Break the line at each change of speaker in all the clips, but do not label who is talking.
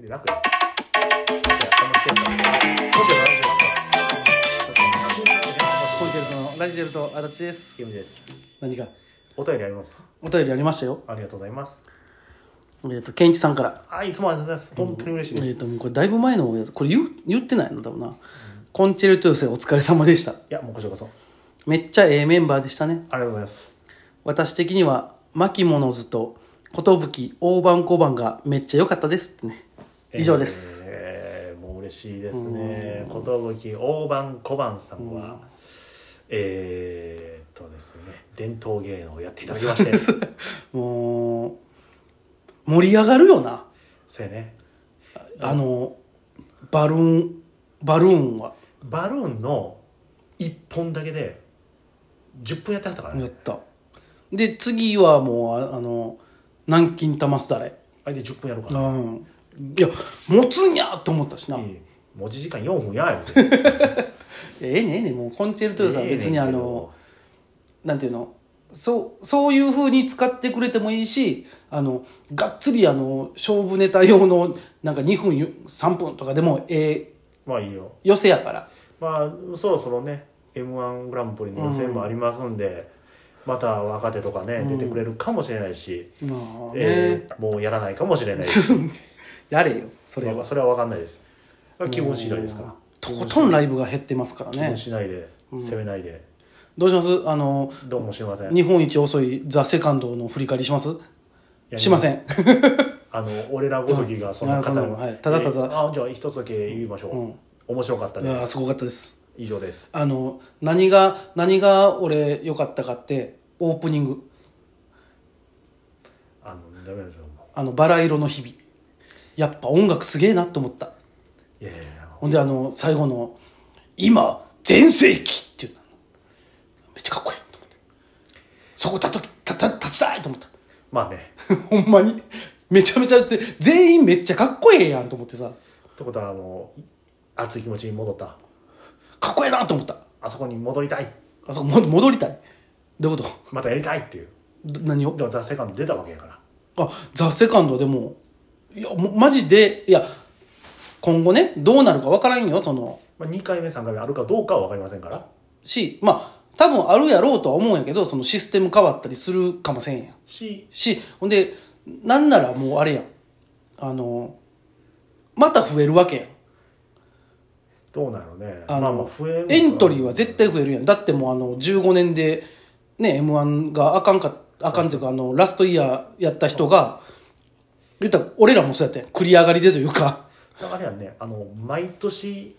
で楽や。こ
コイテルのラジデルと足立です
んです。
何か
お便りありますか。
お便りありましたよ
ありがとうございます。
えっ、とケンイチさんから
あ、いつもありがとうございます。本当に嬉しい
えっ、
です。い
ともうこれだいぶ前のやつこれ言う言ってないの多分な、コンチェルト寄せお疲れ様でした
や、もうこちらこそ。あ
めっちゃええメンバーでしたね
りがとうございます。
私的には巻物図と寿大判小判がめっちゃ良かったですってね以上です、。
えー、もう嬉しいですね。寿大判小判さんは、えーっとですね、伝統芸能をやっていただきま して、そ
もう盛り上がるよな
うやね。
あのバルーンバルーンは
バルーンの一本だけで10分やってはったから
や
ね
っ。たで次はもうああの南京玉すだれ
あれで10分やろうか
う
な。
んいや持つんやと思ったしな、
いい持ち時間4分や よ。ええ
ええねんええねんもうコンチェルトヨさんは
ねん
別
け
に
ど
あの、なんていうのそうそういうふうに使ってくれてもいいしあのがっつりあの勝負ネタ用のなんか2分よ3分とかでもええ
まあいいよ。
寄せやから
まあそろそろね m 1グランプリの予選もありますんで、また若手とかね
うん
出てくれるかもしれないし、
まあね
えーもうやらないかもしれないし
やれよそれ
まあ
は
それは分かんないですそれは気分次第ですから
とことんライブが減ってますから
気分
ね
次第で攻めないで、
どうしますあの
どうもしません
日本一遅いザ・セカンドの振り返りします
や
しません
あの俺らごときがそんな方
うんあそんなのはいただただ
えーあじゃあ一つだけ言いましょう、
うん
面白かった
いや
です
すごかったです
以上です
あの何が何が俺良かったかってオープニング
あのダメなんですよも
あのバラ色の日々やっぱ音楽すげえなと思った
ういやいやいや
ほんであの最後の「今全盛期」っていうのめっちゃかっこいいと思ってそこ立とたた立ちたいと思った
まあね
ほんまにめちゃめちゃって全員めっちゃかっこええやんと思ってさ
ってことはあの熱い気持ちに戻った
かっこええなと思った
あそこに戻りたい
あそこも戻りたいどういうこ
またやりたいっていう
とど何を
でもザ・セカンド出たわけやから
あザ・セカンドでもいやもうマジでいや今後ねどうなるか分からんよその
まあ、2回目3回目あるかどうかは分かりませんから
しまあ多分あるやろうとは思うんやけどそのシステム変わったりするかもせんやん
し
しほんでなんならもうあれやんあのまた増えるわけやん
どうなのね
あの、
まあまあ増える
エントリーは絶対増えるやんだってもうあの15年でね m 1があかんかあかんっていうかあのラストイヤーやった人が言ったら俺らもそうやって繰り上がりでというか
だからあれやんねあの毎年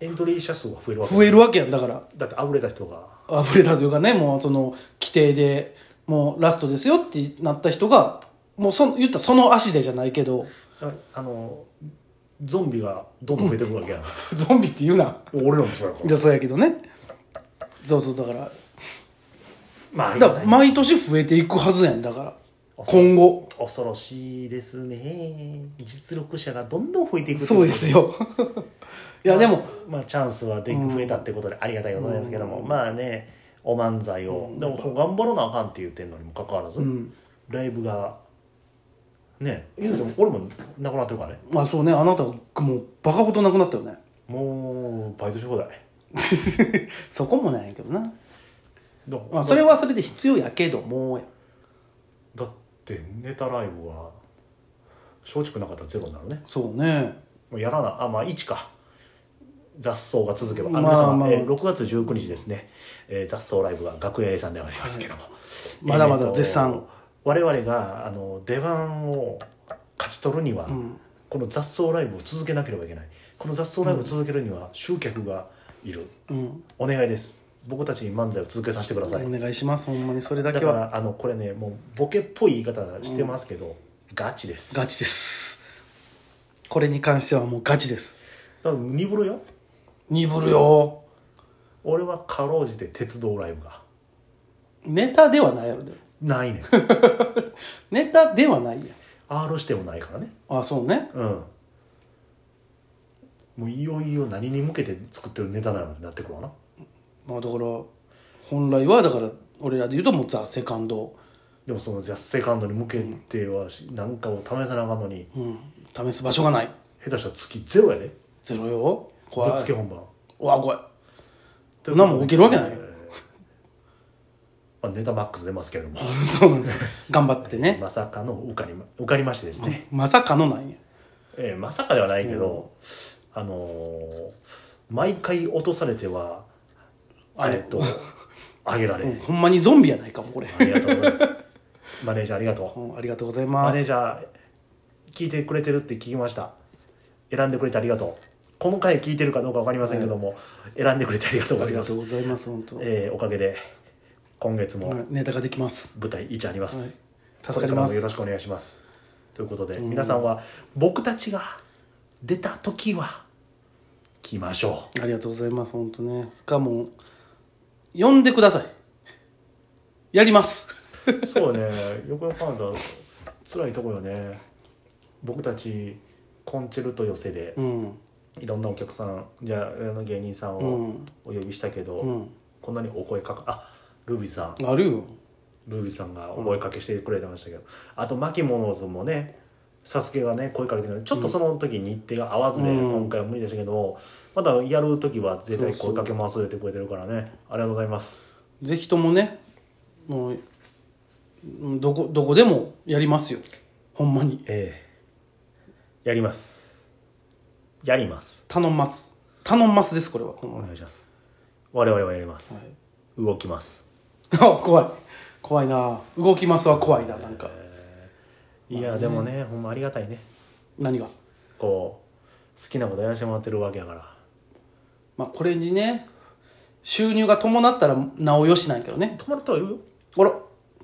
エントリー者数が増えるわけ
増えるわけやんだから
だってあぶれた人が
あふれたというかねもうその規定でもうラストですよってなった人がもうその言ったらその足でじゃないけど
ああのゾンビがどんどん増えてくるわけやん、
ゾンビって言うな
俺らもそうやか
いやそうやけどねそうそうだから
まああり
だ
が
か
た
ら
い
毎年増えていくはずやんだから
あそう
今後
恐ろしいですね実力者がどんどん増えていくってこと
そうですよ いやでも、
まあチャンスはで増えたってことでありがたいことなんですけども、まあねお漫才を、でもそう頑張らなあかんって言ってんのにもかかわらず、
うん
ライブがね言うても俺もなくなってるからね
まあそうねあなたもうバカほどなくなったよね
もうバイトし放題
そこもなんやけどな、
どう
まあ、それはそれで必要やけどもや
だってネタライブは松竹なかったらゼロになるね
そうね
もうやらなあまあ1か雑草が続けばあ
まあ
皆様、
まあ
えー6月19日ですね、えー雑草ライブが楽屋 A さんではありますけども、
まだまだ
えーと
絶賛
我々があの出番を勝ち取るには、
ん
この雑草ライブを続けなければいけないこの雑草ライブを続けるには集客がいる、
うん
お願いです僕たちに漫才を続けさせてくだ
お
さい、
願いしますほんまにそれだ
だ
け
か
は
らあのこれねもうボケっぽい言い方してますけど、ガチです
ガチですこれに関してはもうガチです
だから鈍るよ
鈍るよ
俺はかろうじて鉄道ライブが
ネタではないやろでも
ないねん
ネタではないやん
R してもないからね
あそうね
うんもういよいよ何に向けて作ってるネタなのってなってくるわな
まあだから本来はだから俺らで言うともうザ・セカンド
でもそのじゃあセカンドに向けてはし、なんかを試さなあかんのに
うん試す場所がない
下手したら月ゼロやで
ゼロよ
ぶっ
怖
つ
い
け本番
うわ怖い そんなもん受けるわけないよ
まあ、ネタマックス出ますけれども
そうなんですよ頑張ってね、
まさかの受かりま受かりましてですね、
まさかのなんや
ええまさかではないけど、あのー毎回落とされては
あれ
えっとあげられ、
うんほんまにゾンビやないかもこれ、
ありがとうござい ますマネージャーありがとう
うんありがとうございま
マネー
す
ジャー聞いてくれてるって聞きました選んでくれてありがとうこの回聞いてるかどうか分かりませんけども、選んでくれてありがとうご
あ
ざ
り
い
が
ます
とうございます本当、
えーおかげで今月も
うんネタができます
舞台1あります、
はい助
こ
かります
れからもよろしくお願いしますということで、皆さんは僕たちが出た時は来ましょ
ありがとうございます本当ねかもう呼んでくださいやります
うそうね横山パンダ辛いとこよね僕たちコンチェルト寄せで
うん
いろんなお客さんじゃああの芸人さん
う
を
ん
お呼びしたけど、
うん
こんなにお声かかあルービーさん
あるよ
ルービーさんがお声かけしてくれてましたけど、あとマキモノーズもねサスケがね声かけてくれてちょっとその時日程が合わずで、
うん
今回は無理でしたけどまたやる時は絶対声かけ回すってくれてるからねありがとうございます
ぜひともねもううんどこどこでもやりますよほんまに
ええやりますやります
頼んます頼んますですこれはほん
お
まに
願いします我々はやります、
はい
動きます
あ怖い 怖いな動きますは怖いななんか
いや、でもねほんまありがたいね
何が
こう好きなことやらせてもらってるわけやから
まあこれにね収入が伴ったらなおよしないけどね
泊まってはいるよ、
あら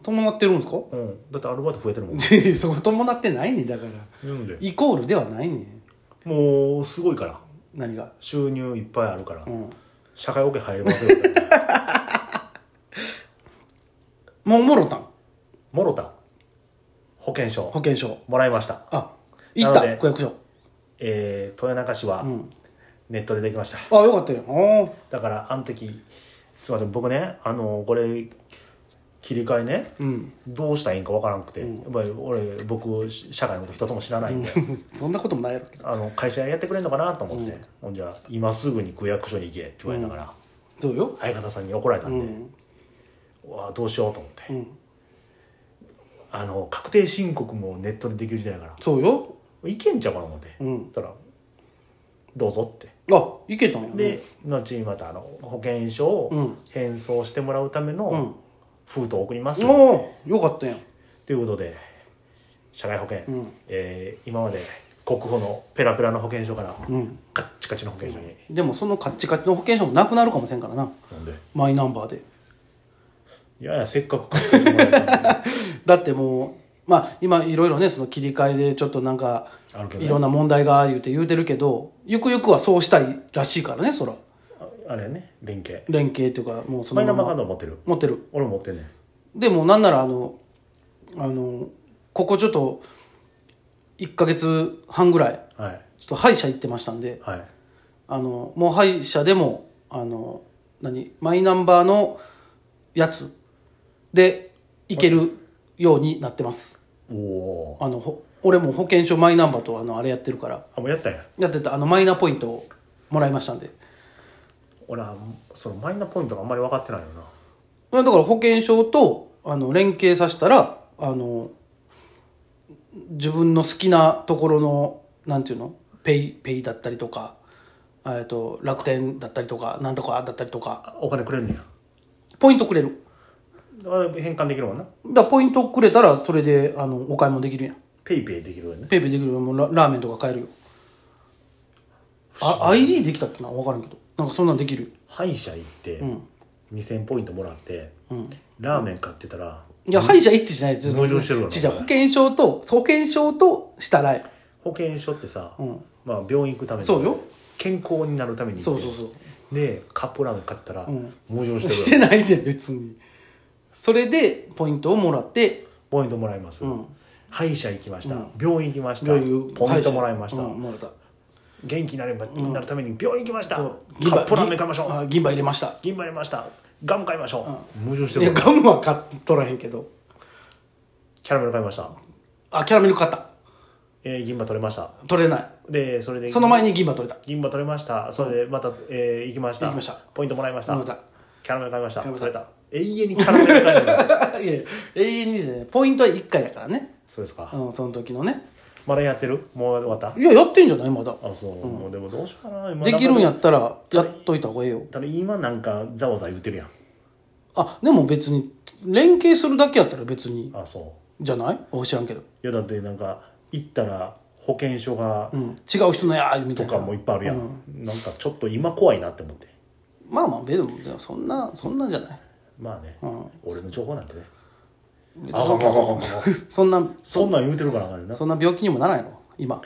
伴ってるんですか
うん、だってアルバイト増えてるもん
そこ伴ってないねんだから
なんで
イコールではないねん
もうすごいから
何が
収入いっぱいあるから、
うん
社会保険入れます よ
もうもろたん
もろた保険証
保険証
もらいました
あ行
な
っ
の
た
で
区役所
えー、豊中市は
うん
ネットでできました、
あよかったよおー
だからあの時すいません僕ねあのこれ切り替えね
うん
どうしたらいいんかわからんくて、やっぱり俺僕社会のこと一つも知らないんで、
そんなこともないやろけど
あの会社やってくれんのかなと思って、ほんじゃ今すぐに区役所に行けって言われたから、
そうよ
相方さんに怒られたん
う
で、
ん
うわどうしようと思って、
うん
あの確定申告もネットでできる時代やから
そうよ
いけんちゃうかな思って、
うん
そしたら「どうぞ」って
あ行けたんやね
で、後にまたあの保険証
う
を
ん
返送してもらうため
う
の
ん
封筒を送りますよ
おおよかったやん
ということで社会保険、
うん
えー今まで国保のペラペラの保険証から
うん
カッチカチの保険証に、
でもそのカッチカチの保険証もなくなるかもしれんからな
なんで
マイナンバーで
いやいやせっかく買ってもらえたのに
だってもうまあ今いろいろねその切り替えでちょっとなんか
あるけどね
いろんな問題が言うて言うてるけどゆくゆくはそうしたいらしいからねそら
ああれやね連携
連携っていうかもうそ
マイナ
のま
ンバーカ
ま
ード持ってる
持ってる
俺持ってんねん
でもなんならあのあのここちょっと1ヶ月半ぐらい
はい
ちょっと歯医者行ってましたんで
はい
あのもう歯医者でもあの何マイナンバーのやつで行けるようになってます
おお
あのほ俺も保険証マイナンバーとあのあれやってるから
あもうやったんや
やってたあのマイナポイントをもらいましたんで
俺はそのマイナポイントがあんまり分かってないよな
まあだから保険証とあの連携させたらあの自分の好きなところのなんていうのペイペイだったりとか、えっと楽天だったりとかなんとかだったりとか
あお金くれんねや
ポイントくれる
だから返還できるもんな
だからポイントくれたらそれであのお買い物できるやん
ペイペイできるよね
ペイペイできるよもうララーメンとか買えるよあ ID できたっけな分からんけどなんかそんなんできるよ
歯医者行って
うん
2000ポイントもらって
うん
ラーメン買ってたら
いや、歯医者一致しないです
矛盾してるわな
ちっちゃい保険証と、保険証としたらえ
保険証ってさ、
うん
まあ、病院行くために
そうよ
健康になるために
そうそうそう
でカップラーメン買ったら、
ん
矛盾
え。
し
してて
る
ないで、別に。それで、ポイントをもらって、
ポイントもらいます、
うん
歯医者行きました、
うん
病院行きました
どういう
ポイントもらいました、
うんもらった。
元気になれば、なるために病院行きましたカ
そう
ップラーメン買いましょう
あ銀歯入れました。
銀歯入れましたガム買いましょう、矛盾して
いや、
るわ
ガムは買っとらへんけど。
キャラメル買いました
あ、キャラメル買った。
えー銀歯取れました
取れない
でそれで
その前に銀歯取れた
銀歯取れましたそれでまた、えー行きました
行きました
ポイントもらいました
もらった
キャラメル買いました
買いま
取
した
れた永遠にキャラメル買いま した
いやいや永遠にですねポイントは1回やからね
そうですか、
うんその時のね
まだやってるもう終わった
いややってんじゃないまだ
あそう、もうでもどうしようかな今
できるんやったらやっといた方がええよ
ただ今なんかざわざわ言ってるやん
あでも別に連携するだけやったら別に
あそう
じゃないお知らんけど、
いやだってなんか行ったら保険証が
うん、違う人のやーみた
と
いな
かもいっぱいあるやん、なんかちょっと今怖いなって思って
まあまあでもでもそんなそんなんじゃない
まあね、
うん
俺の情報なんてね
別
あ
に
そう
そ
そう
そ そんな
そんなん言うてるからなんでな、
そんな病気にもならないの今、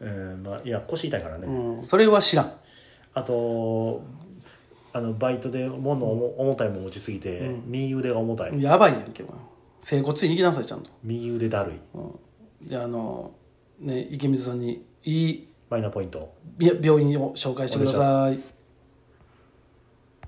えーまあ、いや腰痛いからね、
うん、それは知らん
あとあのバイトで物を重たいもん持ちすぎて、右腕が重たい、
やばいやんけお前整骨院行きなさいちゃんと、
右腕だるい
うん、じゃああのね池水さんにいい
マイナポイント
び病院を紹介してください